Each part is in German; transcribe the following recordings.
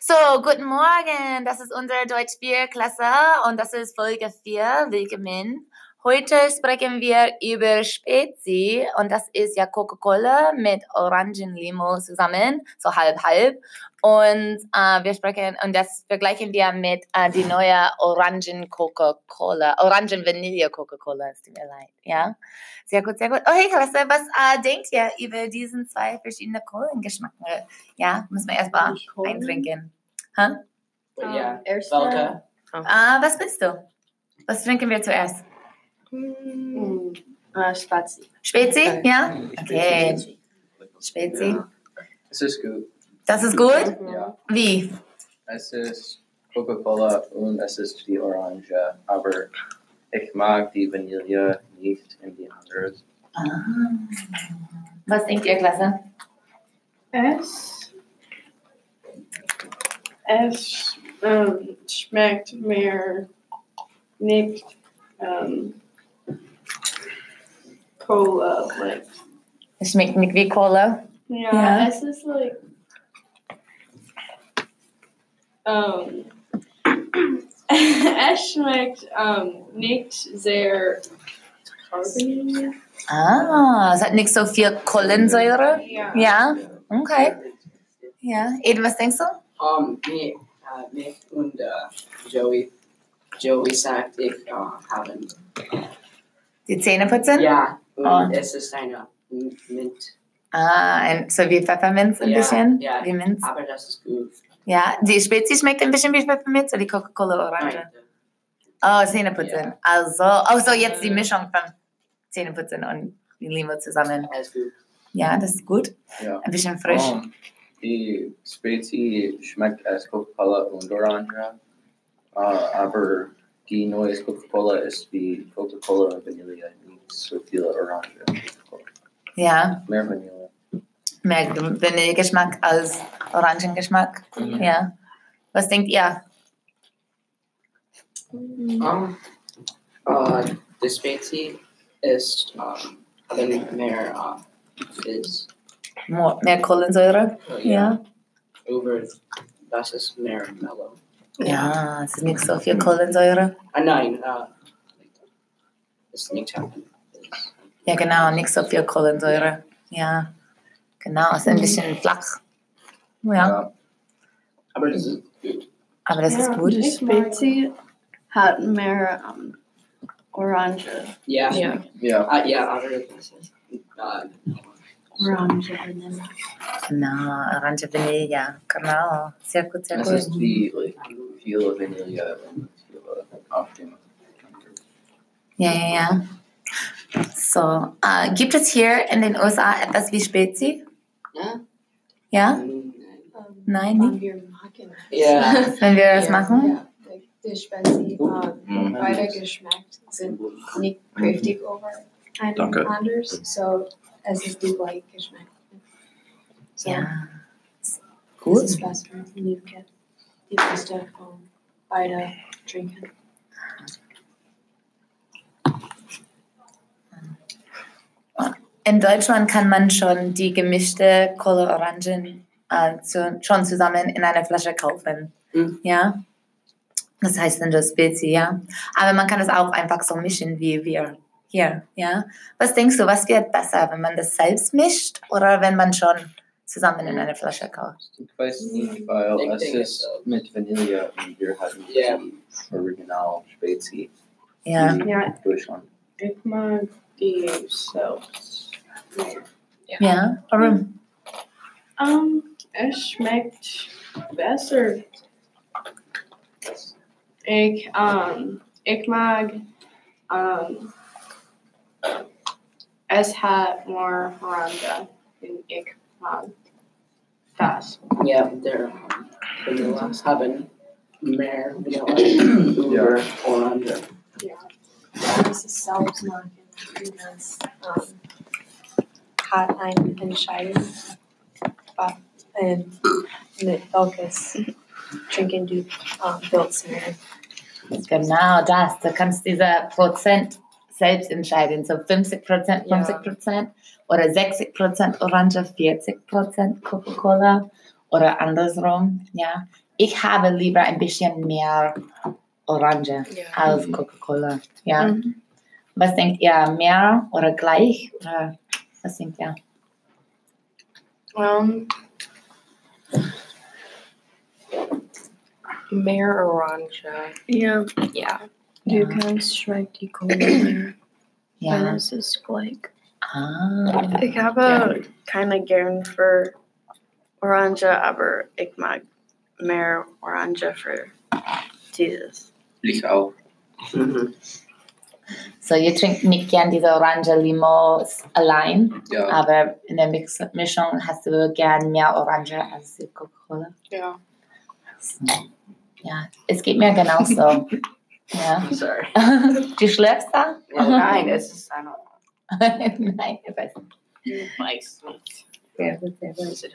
So, guten Morgen. Das ist unsere Deutsch 4 Klasse und das ist Folge 4. Willkommen. Heute sprechen wir über Spezi und das ist ja Coca-Cola mit Orangenlimo zusammen, so halb halb. Und äh, wir sprechen und das vergleichen wir mit äh, die neue Orangen Coca-Cola, Orangen Vanille Coca-Cola. Es tut mir leid. Ja, sehr gut, sehr gut. Oh hey Klasse, was äh, denkt ihr über diesen zwei verschiedene Kohlengeschmacken? Ja, müssen wir erstmal Die Kohlen? eintrinken. Hä? Ja, Ja, erstmal. welke? Äh, was bist du? Was trinken wir zuerst? Mm, äh, Spazi. Spezi, ja? Okay, Spezi. Spezi. Het is goed. Das ist gut? Ja. Wie? Het is Coca-Cola en het is die orange. uh, Maar ik maak die vanille niet en die andere. Ah. Was denkt ihr, Klasse? Es, es ähm, schmeckt mir nicht ähm, Cola. Like, Es schmeckt nicht wie Cola. ja, Ja. es ist like ähm, es schmeckt ähm, nicht sehr carbony. Ah, es hat nicht so viel Kohlensäure. Ja. Ja, okay. Ja, Eden, was denkst du? Um, me, uh, Mick und uh, Joey. Joey sagt, ich uh, habe. Die Zähne putzen? Ja, und Ah. es ist eine M- Mm, Mint. Ah, ein, so wie Pfefferminz ein Ja, bisschen? ja. Wie Minz? Aber das ist gut. Ja, die Spezi schmeckt ein bisschen wie Pfefferminz oder die Coca-Cola-Orange? Nein, Oh, Zähneputzen. Ja. Also, oh, so jetzt die Mischung von Zähneputzen und die Limo zusammen. es ist gut. Ja, das ist gut. Ja. Ein bisschen frisch. Um, die specie schmeckt als Coca-Cola und orange. Uh, aber die neue Coca-Cola ist wie Coca-Cola und vanille. Niet zoveel orange. Ja, Meer vanille. mehr Vanillegeschmack als Orangengeschmack. Ja. Was denkt ihr? Um, uh, das Spezi ist, um, haben mehr uh, Fizz. Mo- Mehr Kohlensäure? Oh, Ja. Über das ist mehr Mellow. Ja, es ist nicht so viel Kohlensäure. Ah, nein, uh, ist nicht happy. Ist- Ja, genau, nicht so viel Kohlensäure. Ja, genau, ist ein bisschen flach. Ja, Aber das ist gut. aber das ist gut. Die Spezi hat mehr ähm, Orange. Ja. Ja. Uh, yeah, other places. Uh, Orange Vanille. Genau, Orange Vanille, genau. Sehr gut, sehr Het gut. is die like, veel vanille en veel afdingen. Ja, ja, ja. So, äh, gibt es hier in den USA etwas wie Spezi? Ja. Ja? Nein, nicht? Wann wir machen. yeah. Wenn wir das machen? Ja, die Spezi ähm, Mm-hmm. Mm-hmm. beide geschmeckt sind nicht kräftig over einen Danke. anders, so es ist die gleiche Geschmack. So, Ja. das Gut. ist besser, you get die beste von beide trinken. In Deutschland kann man schon die gemischte Cola Orangen äh, zu, schon zusammen in einer Flasche kaufen. Mhm. Ja. Das heißt dann das Spezi, ja. Aber man kann es auch einfach so mischen wie wir hier, ja. Was denkst du, was wird besser, wenn man das selbst mischt oder wenn man schon zusammen in einer Flasche kauft? Ik weiß nicht, weil Ik es denk ist het ook. mit Vanille und wir hatten Ja. die Original Spezi Ja. in Ja. Deutschland. Ich mag die selbst. Ja. Warum? Um, es schmeckt besser. Ich, um, ich mag, um, es hat mehr Orange und ich mag das. Yeah, there um, vanillas haben mehr vanilla over orange. Das ist selbst machen, wie das ähm, hat eine Entscheidung, wa- äh, mit welches trinken du ähm, willst mehr. Genau das. Du kannst diese Prozent selbst entscheiden. So 50 Prozent, Ja. 50 Prozent oder 60 Prozent Orange, 40 Prozent Coca-Cola oder andersrum. Ja, ich habe lieber ein bisschen mehr Orange als Coca-Cola. Ja. Was denkt ihr, mehr oder gleich? Oder was denkt ihr? Um, Mare Orange. Yeah. Yeah. You Ja. can schmeckt die Cola mehr. Ja. Es ist like. Ah. Ich habe keine gern für Orange, aber ich mag mehr Orange für dieses. Ich auch. Mm-hmm. So, ihr trinkt nicht gern diese Orange Limo allein, Ja. aber in der Mix Mischung hast du gern mehr Orange als die Coca-Cola. Yeah. Ja, es geht mir genauso. ja. I'm sorry. Du schläfst da? Oh, Nein, es ist I don't Nein, ich weiß nicht. Sehr gut, sehr gut.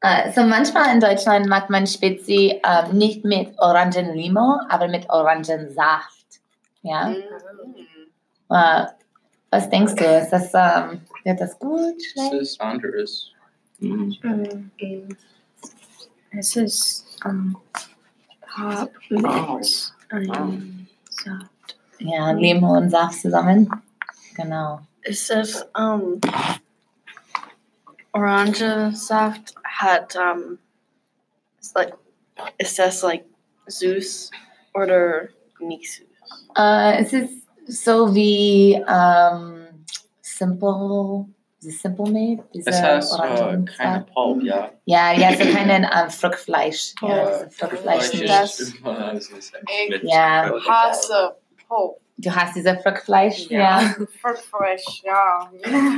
Äh, So manchmal in Deutschland macht man Spezi ähm, nicht mit Orangenlimo, aber mit Orangensaft. Ja. Mm. Äh, was denkst du? Ist das, ähm, wird das gut? Das Schlecht? ist anderes. Es ist um, Pop Uh-huh. mit einem Saft. Ja, Limo und Saft zusammen. Genau. Es ist um, Orangensaft hat um, it's like, ist das like süß oder nicht süß? Äh, es ist so wie ähm, Simple, the Simple Made. Diese Es heißt äh, Orangensaft. keine Pulp, ja. Ja, ja, so keinen ähm, Fruchtfleisch. Ja, Ja, das ist Fruchtfleisch. Fleisch nicht. das- ist immer so ein Sex mit Ja. Körper. Pasta, pulp, Du hast diese Fruchtfleisch, ja. Ja. fruit fresh, yeah.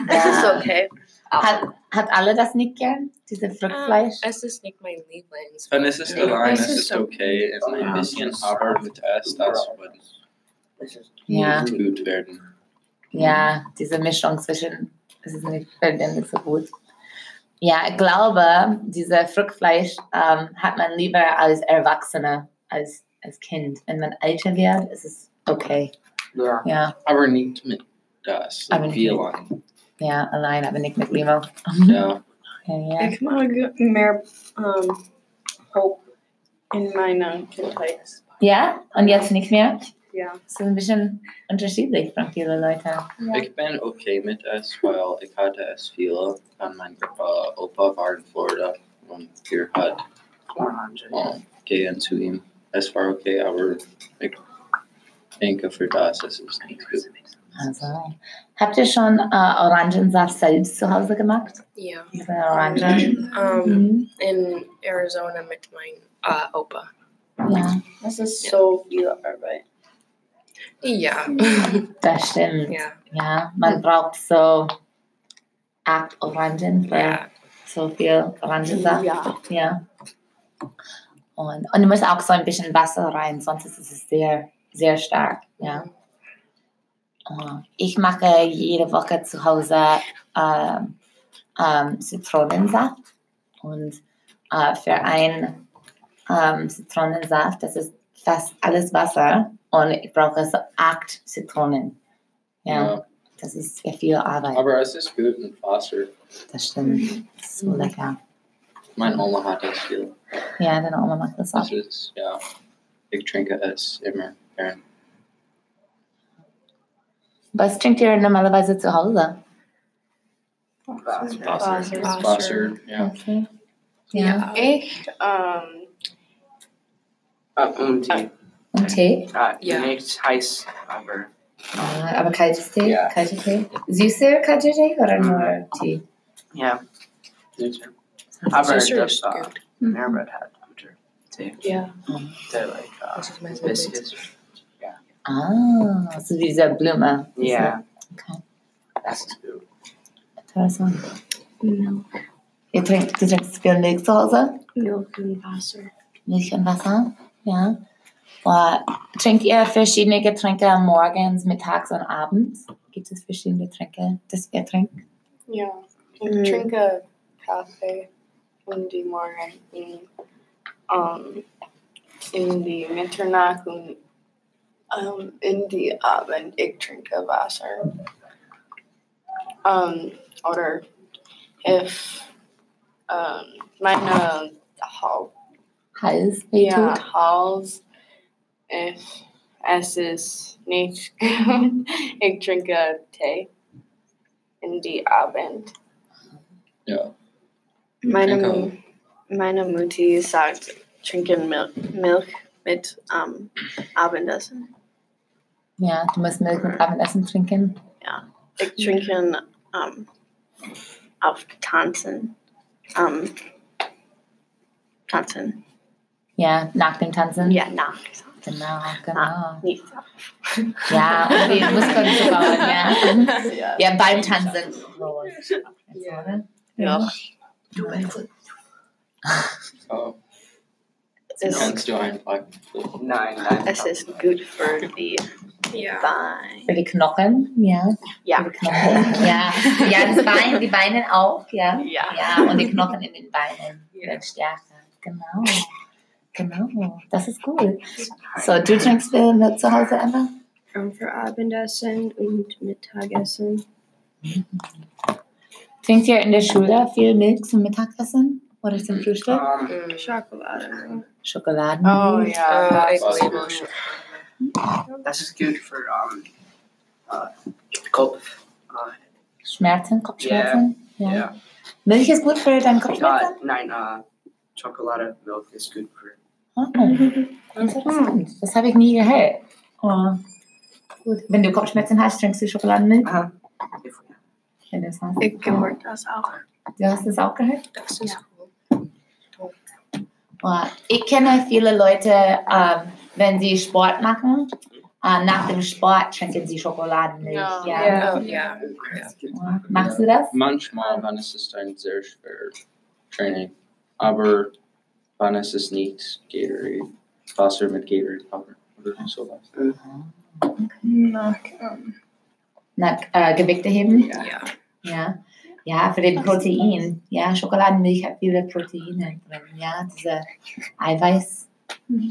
Es ist okay. Hat, hat alle das nicht gern? Diese Fruchtfleisch? Es ist nicht mein Lieblings. Wenn es ist allein, Es es ist ist okay. Es ist ein Ja. bisschen aber mit S, das wird ja, nicht gut werden. ja, diese Mischung zwischen, es ist nicht, fällt mir nicht so gut. Ja, ich glaube, diese Fruchtfleisch ähm, hat man lieber als Erwachsener, als, als Kind. Wenn man älter wird, ist es okay. Ja. Ja, Aber nicht mit das. Aber Aber nicht wie mit- allein. ja, allein, aber nicht mit Limo. Ja. Ja, ja. Ich mag mehr um, Pop in meiner Kindheit. Ja, und jetzt nicht mehr? Ja. Es ist ein bisschen unterschiedlich von vielen Leuten. Ich bin okay mit es, weil ich hatte es viele. Und mein äh, Opa war in Florida und wir hat Orange. um, gehen zu ihm. Es war okay, aber ich denke für das ist es nicht gut. Also, habt ihr schon äh, Orangensaft selbst zu Hause gemacht? Ja. Diese Orangen? Um, Mhm. in Arizona mit mein uh, Opa. Ja, Das ist so viel Arbeit. Ja. das stimmt. ja. Ja, man braucht so acht Orangen für Ja. so viel Orangensaft. Ja. Und, und du musst auch so ein bisschen Wasser rein, sonst ist es sehr, sehr stark. Ja. Äh, Ich mache jede Woche zu Hause ähm, ähm, Zitronensaft. Und äh, für ein ähm, Zitronensaft, das ist fast alles Wasser. Und ich brauche so acht Zitronen. ja. Das ist sehr viel Arbeit, Aber es ist gut mit Wasser. das stimmt. Das ist so lecker. Mein Oma hat es viel. Ja, deine Oma macht das auch. Es ist, ja. Ich trinke es immer gern. Was trinkt ihr normalerweise zu Hause? Wasser. It's Wasser, ja. Okay. Ja. Ja. Ich, um, Uh, und die Und Tee? uh, Ja. nicht heiß, aber Ah, aber kaltes Tee? Ja. Kalter Tee? Süßer kalter Tee oder nur Tee? ja. Aber Süßer das ist uh, gut. Mehrwert hat guter Tee. Yeah. They're like uh, Das ist mein Lieblings. biscuits. Ah, so dieser Blume. Yeah. Okay. Das ist gut. Interessant. Milch, Ihr trinkt, du trinkst viel Milch zu Hause? Milch und Wasser. Milch und Wasser? Ja. Boah, trinkt ihr verschiedene Getränke morgens, mittags und abends? Gibt es verschiedene Getränke, das ihr trinkt? yeah. Mm. Drink a cafe in the morning, in, um, in the Mitternach und um, in the Abend, ich trinke Wasser. Um, oder if, um, meine Haupt, Hals Ja, wehtut. hals. If es ist nicht gut, ich trinke Tee in die Abend. Ja. Mm. Meine, Danke. meine Mutti sagt, trinken Milch, Milch mit ähm, um, Abendessen. Ja, du musst Milch mit Abendessen trinken. Ich trinke um, ähm, auf Tanzen. Um, Ähm, tanzen. Ja, nach dem Tanzen. Ja, Ah. nach. Genau, genau. Nicht. Ja, um die Muskeln zu bauen, ja. Ja, beim Tanzen. Ja. Ja. Du meinst. Oh, Es, kannst du einpacken. Nein, nein. es ist gut für die Yeah. Beine. Für die Knochen, ja. Ja. Für die Knochen. Ja, ja das Bein, die Beine auch, ja. Ja. Ja, und die Knochen in den Beinen Ja. werden stärker. Genau. Genau, das ist cool. So, du trinkst viel mit zu Hause, Emma? Ähm, für Abendessen und Mittagessen. Trinkt ihr in der Schule viel Milch zum Mittagessen oder zum Frühstück? Um, Schokolade. Schokoladen. Mm. Oh ja, Uh, that's ice good. label. das ist gut für um, uh, Kopf. Uh, Schmerzen, Kopfschmerzen? ja. Milch ist gut für deinen Uh, Kopfschmerzen? nein, uh, Schokolade Milk ist gut für Ah, interessant. Das habe ich nie gehört. Oh. Gut. Wenn du Kopfschmerzen hast, trinkst du Schokoladenmilch? Aha. If- Ja, das hast Ich gehört das auch. du. hast es auch gehört? That's just cool. Oh. Ich kenne viele Leute, ähm, wenn sie Sport machen, äh, nach dem Sport trinken sie Schokoladenmilch. Ja. Ja. Ja. Oh, yeah. Oh. Machst du das? Manchmal, wenn es ist ein sehr schweres Training, aber wenn es ist nicht Gatorade, Wasser mit Gatorade Powder oder sowas. Nach, ähm, Nach äh, Gewichte heben? Yeah. Ja. Ja, für den Protein. Ja, Schokoladenmilch hat viele Proteine drin. Ja, diese Eiweiß.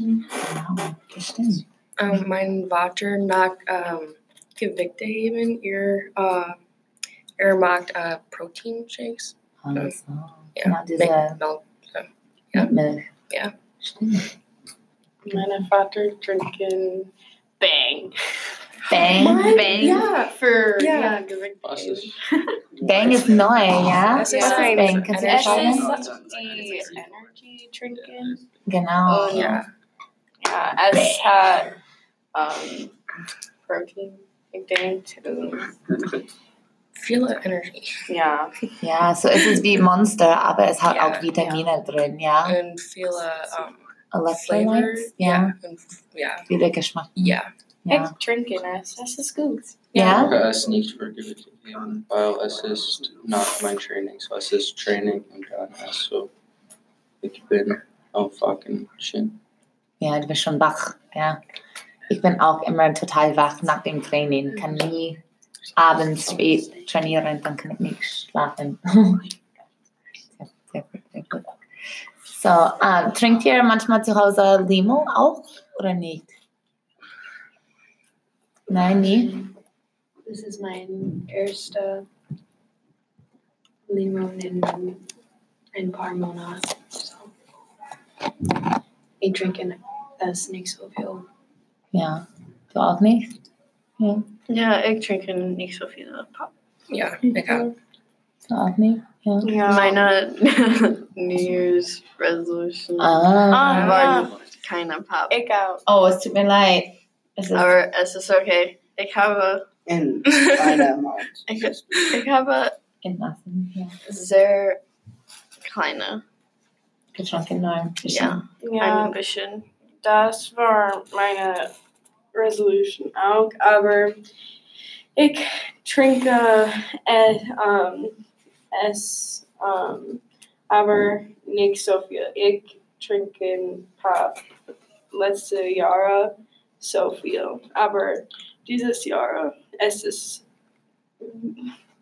Genau, das stimmt. Um, mein Vater mag um, Gewichte heben. Er, uh, er mag uh, Protein Shakes. Also, Ja. genau diese Milk. Ja. Milch. Ja. Stimmt. Meine Vater trinken Bang. Bang. Bang. Yeah. Für, Ja. ja, Gewicht. Was ist? Bang ist neu, ja? Das ist Was fein. Bang? Kannst du Energy. Es erscheinen? ist die Energy trinken. Genau. Und Oh, Yeah. Ja, es hat ähm, uh, Protein, ich denke. und Feel the energy. Ja, Ja, so ist es wie Monster, aber es hat Ja, auch Vitamine drin, Äh, ja? And feel a um, flavor. Electrolytes, ja? And, f- yeah. Viele Geschmack, Yeah. ja? ich trinke es, das ist gut. Ja? Es nicht für Gewicht heben, weil es ist nach mein Training, so es ist Training und dann es so. Ich bin auf fucking shit. Ja, du bist schon wach, ja? Ich bin auch immer total wach nach dem Training, kann nie abends spät trainieren, dann kann ich nicht schlafen. Sehr, sehr gut, sehr gut. So, ähm, trinkt ihr manchmal zu Hause Limo auch oder nicht? Nein, nie. das ist mein erster Limon in ein paar Monaten. So. Ich trinke das nicht so viel. Ja, du auch nicht? Ja, ich trinke nicht so viel. Yeah. Like a Du auch nicht? Ja. Meine New Year's Resolution Uh, Ah. waren keine Pop. Ich auch. Oh, es tut mir leid. Es ist, Aber es ist okay. Ich habe, In einer Amount. ich, ich habe in Massen, ja. sehr kleine. Getrunken, nein. Ja, Ja, ein bisschen. das war meine Resolution auch, aber ich trinke äh, ähm, es, ähm, aber nicht so viel. Ich trinke Pop letzte Jahre so viel, aber dieses Jahr es ist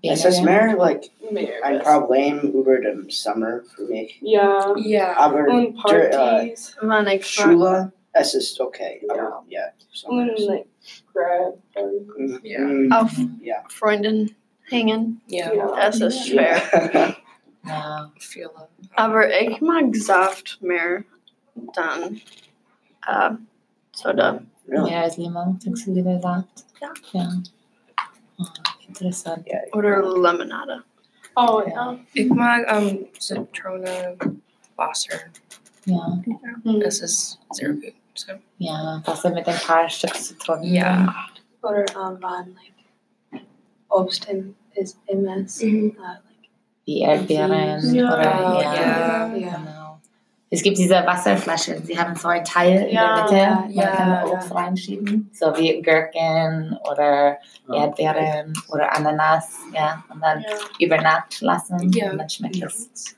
Es ist mehr like mehr. ein Problem über den Sommer für mich. Ja, yeah. Aber und Partys. Wann ich war, Schule, es ist okay. Aber ja, Sommer Mm, ist. like crab. um, Mm, Yeah. mm, Oh, auf Ja. Freunden hängen, Yeah. Yeah. das ist schwer. ja. Ja. Feel a Aber ich mag Saft mehr done uh, soda. Really? Ja, ist Limon, trinkst du lieber Saft? Ja. Ja. Oh, interessant. Order lemonade. Oh, ja. Ik maak um, Citrone Wasser. Ja, Hmm. Das ist sehr gut. So. ja, was denn mit ein paar Stück Zitronen? Ja. Or um, on like Obstin is MS. Mhm. Uh, Die Erdbeeren Ja. oder Oh, ja, ja. like, yeah. Genau. Es gibt diese Wasserflaschen, sie haben so einen Teil Ja, in der Mitte, ja, man kann ja. Obst reinschieben, so wie Gurken oder Erdbeeren oder Ananas, ja, und dann über Nacht lassen Ja. und dann schmeckt es.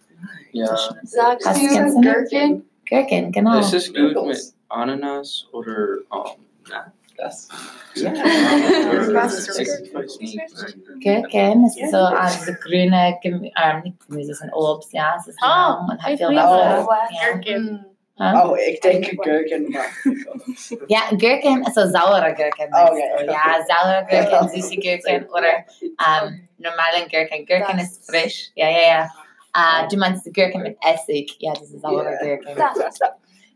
Ja. so schön. Zach, Hast do you kennst have du nicht? gherkin? Gurken, genau. Is this good with ananas or um? Nah, that's. Yeah. Or- Raspberry. Gurken ist so also grüne Gemüse, ähm, nicht Gemüse, es ist ein Obst, ja, es ist Oh, warm und hat viel ich liebe Wasser. Black Ja. Oh, gherkin. Hä? Oh, ik denk gurken. maar- Ja, Gurken, also saure Gurken. Oh, meinst ja, du. ja. Ja, saure Ja. Gurken, süße Gurken oder ähm, normalen Gurken. Gurken ist frisch, ja, ja, ja. Äh, du meinst die Gurken mit Essig, ja, diese saure Ja. Gurken.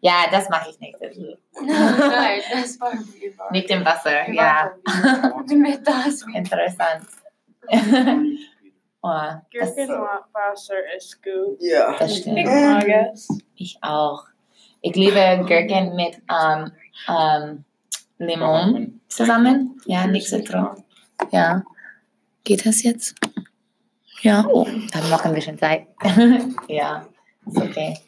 Ja, das mache ich nicht. Also, Nein, das war nicht im Wasser, ja. Mit das. Interessant. oh, das, Wasser ist gut. Ja. das stimmt. Mm. mag es. Ich auch. Ich liebe Gurken mit ähm, ähm, Limon zusammen. Ja, nicht Zitronen. Ja. Geht das jetzt? Ja, oh, dann noch ein bisschen Zeit. ja, ist okay.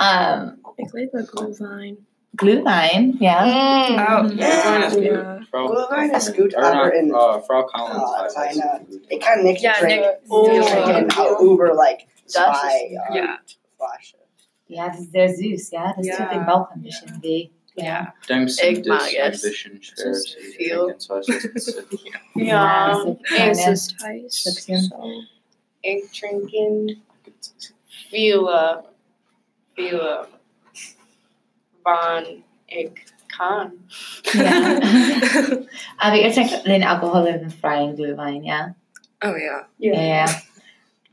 Ähm, Ich liebe Glühwein. Glühwein, ja. Oh, Ja. ja. ja. Glühwein is goed, aber in- Uh, Frau Collins. Oh, has it. bijna. Ik kan niks Ja, drinken. Nick. Oh. Ja. Drinken in Uber like zwei is- uh, ja. flaschen. Ja, das ist sehr süß, ja. Das tut Ja. dem Bauch ein bisschen weh. Ja. Dem Ik sind mag es ein es. bisschen schwer ist zu viel. trinken, so es ist- Ja, so Es kleine- ist heiß. Schöpfchen. So. Egg drinking. Vila. Vila. Von Egg Khan. Ja. Aber ihr trinkt den Alkohol in den freien Glühwein, ja? Oh, ja. Ja, ja.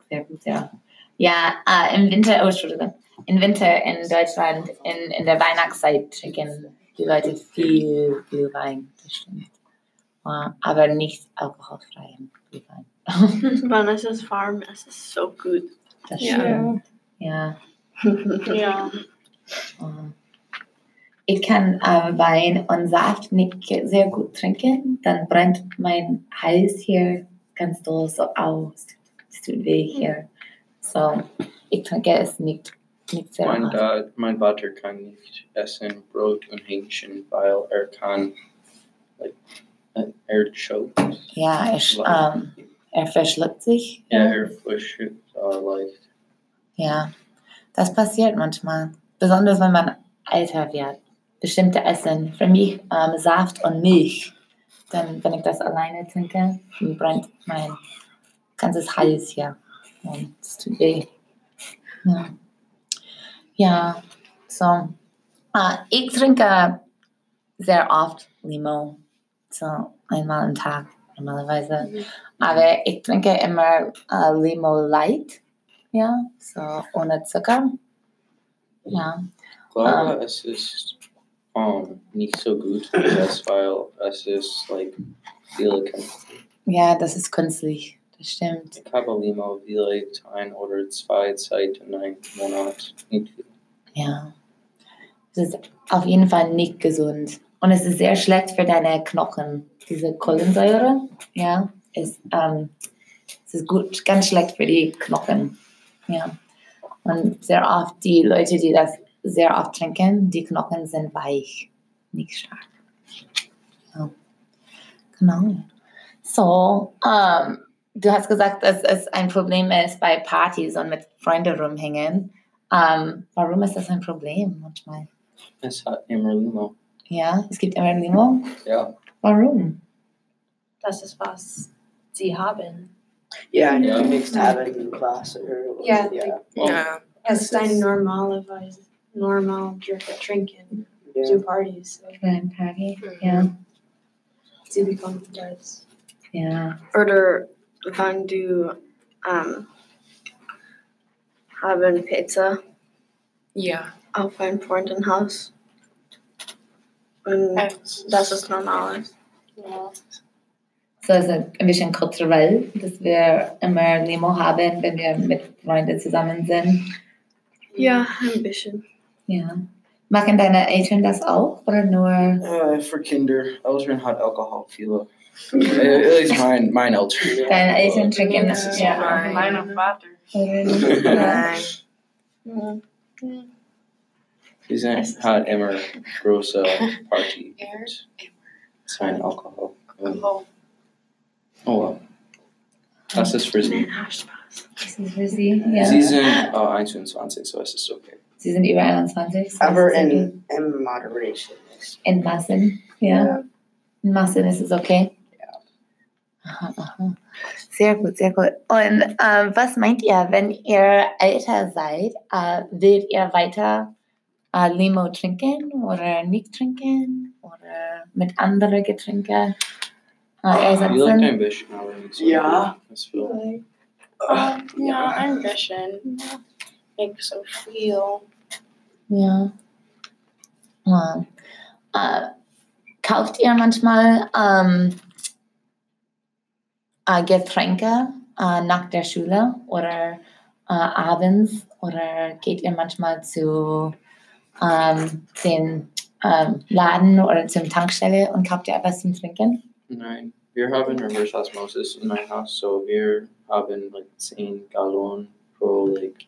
Sehr gut, ja. Ja, äh, im Winter, oh, Entschuldigung. Im Winter in Deutschland, in, in der Weihnachtszeit trinken die Leute viel Glühwein, das stimmt. Ja, aber nicht alkoholfreien Glühwein. When this is farm, this is so good. Das Ja. stimmt. Ja. Ja. ja. Ähm, Ich kann äh, Wein und Saft nicht ge- sehr gut trinken, dann brennt mein Hals hier ganz doll so aus. Es tut weh hier. So, ich trinke es nicht, nicht sehr Mein, oft. Dad, mein Vater kann nicht essen Brot und Hähnchen, weil er kann, like, äh, er choked. Ja, er, sch- ähm, er verschluckt sich. Ja, er verschüttet äh, leicht. Ja, das passiert manchmal. Besonders wenn man älter wird. Bestimmte Essen, für mich ähm, Saft und Milch. Dann, wenn ich das alleine trinke, dann brennt mein ganzes Hals hier. Und es tut weh. Ja, ja so. Äh, ich trinke sehr oft Limo. So einmal am Tag normalerweise. Aber ich trinke immer äh, Limo Light. Ja, so ohne Zucker. Ja, Ich glaube, es ist ähm, nicht so gut für das, weil es ist, like, viele Chemikalien. ja, das ist künstlich, das stimmt. Ich habe Limo vielleicht ein oder zwei Zeit in einem Monat. Nicht viel. Ja, es ist auf jeden Fall nicht gesund und es ist sehr schlecht für deine Knochen. Diese Kohlensäure, ja, ist, ähm, es ist gut, ganz schlecht für die Knochen. Ja, und sehr oft die Leute, die das sehr oft trinken, die Knochen sind weich, nicht stark. Ja, genau. So, ähm, du hast gesagt, dass es ein Problem ist bei Partys und mit Freunden rumhängen. Ähm, warum ist das ein Problem manchmal? Es hat immer Limo. Ja, es gibt immer Limo. Ja. Warum? Das ist was sie haben. Ja, Ja. niks hebben in class. or- Ja. Ja. Ja. Es ist eine normale Weise. Normal drink- drinking Ja. to parties. So Für ein Party? Ja. sie bekommen das. Ja. Order wann du um, haben Pizza. Ja. auf ein Freundenhaus. Und das ist nun alles. Ja. So ist es ein bisschen kulturell, dass wir immer Limo haben, wenn wir mit Freunden zusammen sind. Ja, ein bisschen. Ja. Machen deine Eltern das auch oder nur? Uh, for kinder, Elgin had alcohol, Fila. At least mine, mine Elgin. Deine Eltern trinken Das ist ja. Nein. Mine Vater. Nein. Isn't had Emmer gross uh, party? Air. Sign alcohol. Um, Oh, oh well. Das ist Frisbee. Das ist für sie. Ja. Sie sind uh, 21, so es ist okay. Sie sind über 21. so Aber es ist in, in moderation. in Massen. Ja. In Massen ist es okay. Aha, aha. Sehr gut, sehr gut. Und ähm, was meint ihr, wenn ihr älter seid, äh, würdet ihr weiter äh, Limo trinken oder nicht trinken oder mit anderen Getränke äh, You like ersetzen? dein Bisch? aber nicht so. Ja. Das will- um, yeah, I'm Russian. Makes us feel. Ja. ja. Äh, kauft ihr manchmal ähm, äh, Getränke äh, nach der Schule oder äh, abends oder geht ihr manchmal zu ähm, den ähm, Laden oder zum Tankstelle und kauft ihr etwas zum Trinken? Nein. Wir haben reverse osmosis in my house, so wir haben like 10 Gallon pro like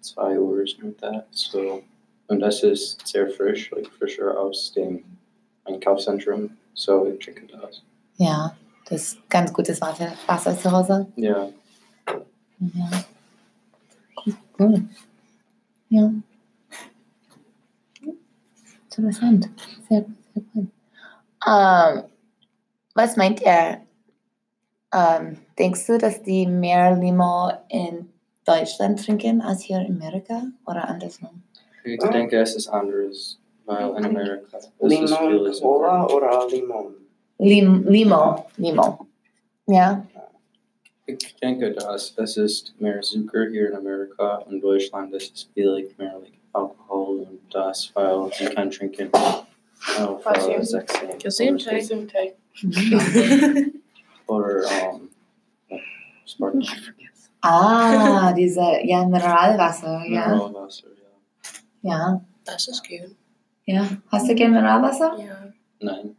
2 Uhr something like that. So, und das ist sehr frisch, like frischer aus dem Einkaufszentrum. So, ich trinke das. Ja, das ist ganz gutes Wasser, Wasser zu Hause. Ja. Ja. Cool. Ja. Interessant. Sehr gut, sehr gut. Ähm, was meint ihr? Ähm, denkst du, dass die mehr Limo in Deutschland trinken als hier in Amerika oder andersrum? Ich Ja. denke, es ist anders, weil in Amerika es ist Limon vieles cola oder Limon? Lim Limo. Limo. Ja. Ich denke, dass es ist mehr Zucker hier in Amerika und Deutschland, es ist viel like, mehr like, Alkohol und das, weil sie kann trinken auf Was äh, ihr- sechs Uhr. Gesundheit. Gesundheit. Oder um, Sparkling Ah, diese ja, Mineralwasser. Ja. Mineralwasser, ja. ja. Das ist gut. Ja. Hast du gerne Mineralwasser? Ja. Nein,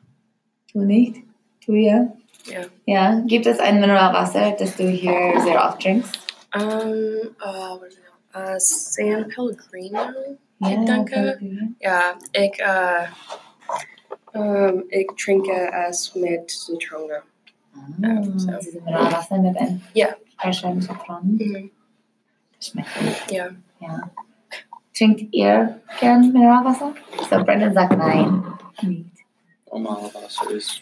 Du nicht? Du ja? Ja. Ja, gibt es ein Mineralwasser, das du hier sehr oft trinkst? Um, uh, what is it? Uh, San Pellegrino. Ja, danke. okay. Ja, ik, uh, um, ik drink es met Zitronga. Ah, so. Dieses Mineralwasser mit ein Ja. paar Scheiben Zitronen. Mhm. Das schmeckt gut. Ja. ja. Trinkt ihr gern Mineralwasser? So, Brendan sagt nein. Nicht. normales Wasser ist,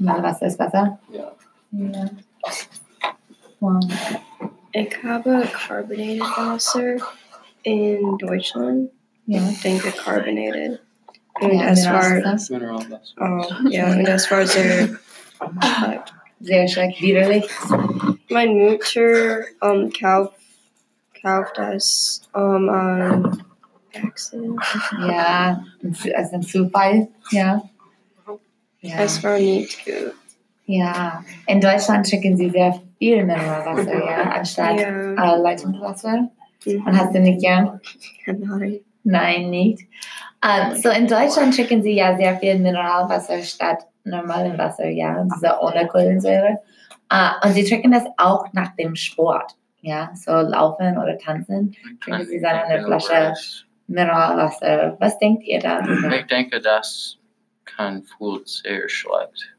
Mineralwasser ist besser? ja. Ja. Wow. Ich habe carbonated Wasser in Deutschland. Ja. Ich denke carbonated. Und Ja, es war, Mineralwasser. Mineralwasser. oh, ja, und es war sehr. Sehr schlecht, widerlich. Meine Mutter um, kauf, kauft es um, an Accident. Ja, ein Zu- also ein Zufall. Ja. Also ja. Es war nicht gut. Ja, in Deutschland trinken sie sehr viel Mineralwasser, ja, anstatt Ja. äh, Leitungswasser. Und hast du nicht gern? Nein. Nein, nicht. Ähm, so in Deutschland trinken sie ja sehr viel Mineralwasser statt normalem Wasser, ja, diese ohne Kohlensäure. Äh, und sie trinken das auch nach dem Sport, ja, so laufen oder tanzen, trinken sie dann eine Flasche Mineralwasser. Was denkt ihr da? Ich denke, das kann Food sehr schlecht.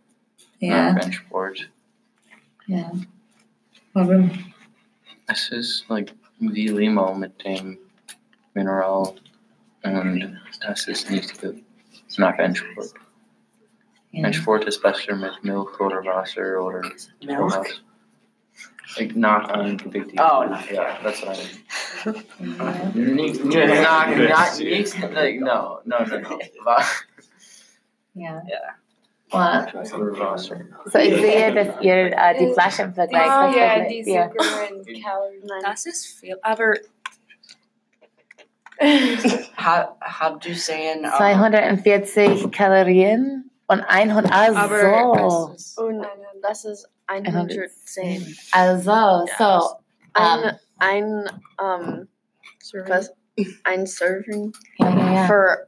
Ja, Beim Sport. ja. Warum? Es ist like wie Limo mit dem Mineral und das ist nicht gut. Nach einem Sport. Ja. Ein Sport ist besser mit Milch oder Wasser oder sowas. Like, Nach einem Gewicht. Oh, nach- Ja, das war ein. Ja. Nicht, Ja, nach, good. nach, nicht, like, no, no, no, no. Wa- Ja. Ja. Wow. Oder Wasser. So ich sehe, dass ihr äh, die Flaschen vergleicht. Oh, was yeah, vergleicht these ihr? Zucker and calories. Das ist viel. Aber Hab, hab du sehen, ähm, 240 Kalorien und 100. Aber Also, es ist Und das ist 110. also, so. Um, Ein, ein, um, serving. was? Ein Serving ja, ja, ja. für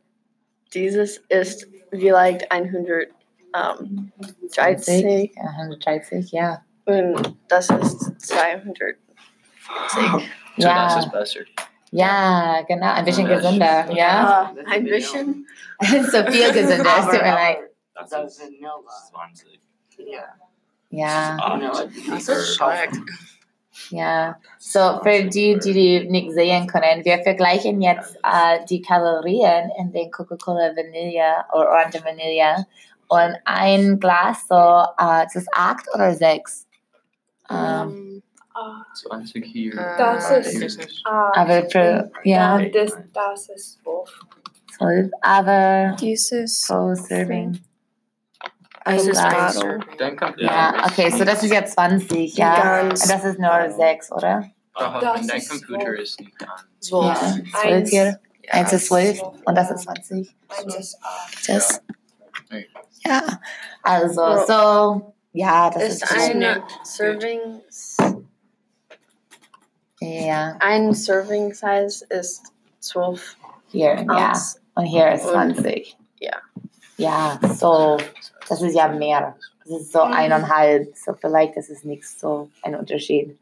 dieses ist vielleicht 100, um, 30. 130, ja. Und das ist 200. So das Ja, ist besser. ja, genau. Ein bisschen Ja, das ist- gesünder, ja? das Ein uh, Vanilla. bisschen? so viel gesünder, es Aber, tut mir leid. aber Das the ist vanilla. 20. Yeah. Ja, Vanilla. Das ist stark. ja. So, für die, die, die nicht sehen können, wir vergleichen jetzt äh, die Kalorien in den Coca-Cola Vanilla oder Orange Vanilla und ein Glas, so, äh, es ist acht oder sechs. Ähm, Um, Uh, 20 hier. Äh, Das Uh, five ist- here. uh, aber für, ja, Dann das, das ist Wolf. zwölf, aber Dieses pro Serving. Es ist Glas. ein Glas. Serving. Dann kommt Ja, okay, so das ist ja 20, ja. Ganz Das ist nur sechs, oder? Doch, Das wenn dein ist Computer so. ist nicht an. so. Ja, zwölf hier. Eins ist zwölf und das ist 20. Eins ist uh, acht. Das. Ja. Ja. Also, Well, so, ja, das ist, Ist so- ein Serving, ja, ein Serving Size ist 12 hier, ja. Ounce. Und hier ist Und- 20. ja. Ja, so, das ist ja mehr. Das ist so eineinhalb, so vielleicht ist es nicht so ein Unterschied.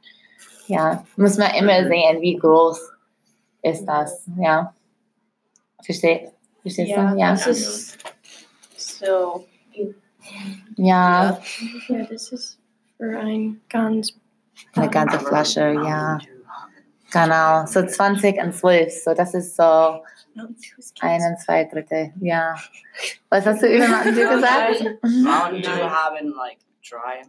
Ja, muss man immer sehen, wie groß ist das, ja. Versteht? Verstehst Ja. du? Ja. Das ist so. Ja, Ja, das ist für ein ganz. eine ganze Flasche, ja. Genau, so 20 und 12, so das ist so. Einen, zwei, dritte, ja. Was hast du über Mountain Dew gesagt? Mountain Dew haben like 300.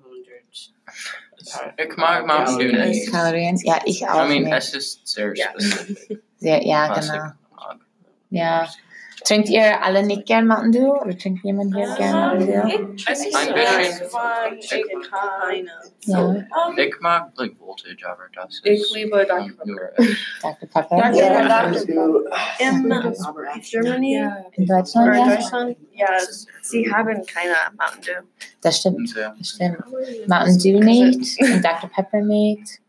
Ich mag Mountain Dew nicht. Kalorien? Ja, ich auch I mean, nicht. es ist sehr Ja. specific. Sehr, ja, was ich genau. mag. Ja. Trinkt ihr alle nicht gern Mountain Dew? Oder trinkt jemand hier gern Mountain Dew? Es ist Ein stark. bisschen. One chicken Um, Keine. Ja. Ich mag, like, Voltage, aber das Ich ist. liebe Dr. um, Pepper. nur- Dr. Pepper? Ja. In uh, Germany Yeah. In or Deutschland, in ja? Deutschland, ja, sie haben keine Mountain Dew. Das stimmt, Und, äh, das stimmt. Mountain Dew nicht und Dr. Pepper nicht.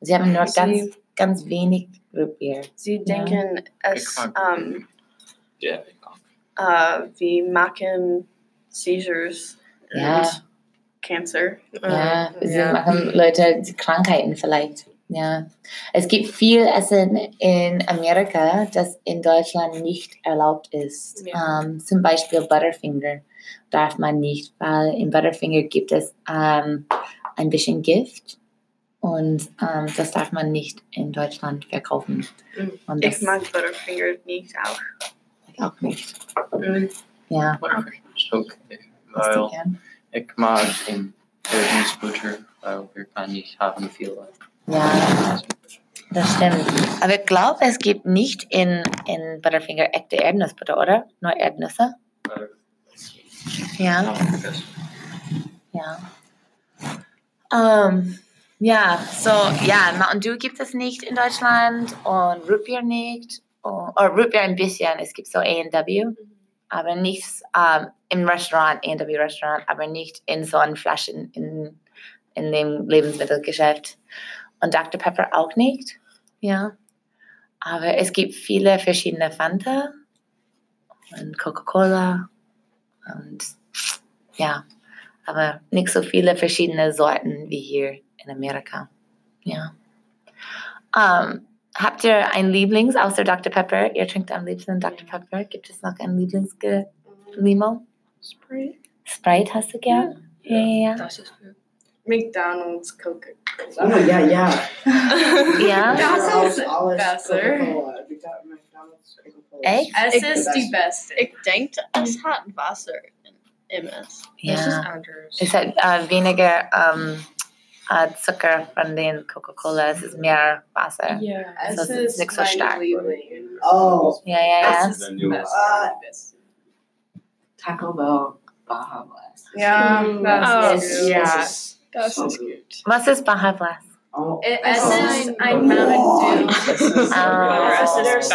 Sie haben nur ganz, ganz wenig Root Beer. Sie Ja. denken, es mag- ähm, Ja, ich mag. äh, wie machen Seizures Ja, und Cancer. ja. Äh, Sie ja. machen Leute die Krankheiten vielleicht. Ja. Es gibt viel Essen in Amerika, das in Deutschland nicht erlaubt ist. Ja. Ähm, zum Beispiel Butterfinger darf man nicht, weil in Butterfinger gibt es ähm, ein bisschen Gift und ähm, das darf man nicht in Deutschland verkaufen. Mhm. Und das Ich mag Butterfinger nicht auch. auch nicht. Mhm. Ja. Ist okay. Hast du Weil gern? ich mag den Golden Scooter, weil wir kann nicht haben viele. Ja. Das stimmt. Aber ich glaube, es gibt nicht in, in Butterfinger echte Erdnussbutter, oder? Nur Erdnüsse? Ja. Ja. Ähm, ja, so, ja, Mountain Dew gibt es nicht in Deutschland und Root Beer nicht. Oh, oder Root Beer ein bisschen, es gibt so A&W, aber nichts ähm, im Restaurant, A&W Restaurant, aber nicht in so einen Flaschen in, in dem Lebensmittelgeschäft. Und Dr. Pepper auch nicht, ja. Aber es gibt viele verschiedene Fanta und Coca-Cola und ja aber nicht so viele verschiedene Sorten wie hier in Amerika. Ja. Ähm, habt ihr ein Lieblings außer Dr. Pepper? Ihr trinkt am liebsten Dr. Pepper. Gibt es noch ein Lieblings-Limo? Sprite. Sprite hast du gern? Ja, ja, Das ist gut. McDonald's, Coca. Oh, yeah, yeah. ja. ja? That's is better. Echt? Es Ich- ist die beste. Ich denke, es hat Wasser in, im es. Es ist Ja. anders. Es hat äh, weniger ähm, äh, Zucker von den Coca-Cola. Es ist mehr Wasser. Ja. Also es ist nicht so stark. Oh. Ja, ja, ja. That's Taco Bell Baja Blast. Ja, Oh, das ist ja. Das so ist good. Was ist Baja Blast? Oh. Es ist Oh. ein Mountain Dew. This is- Ah. Or es ist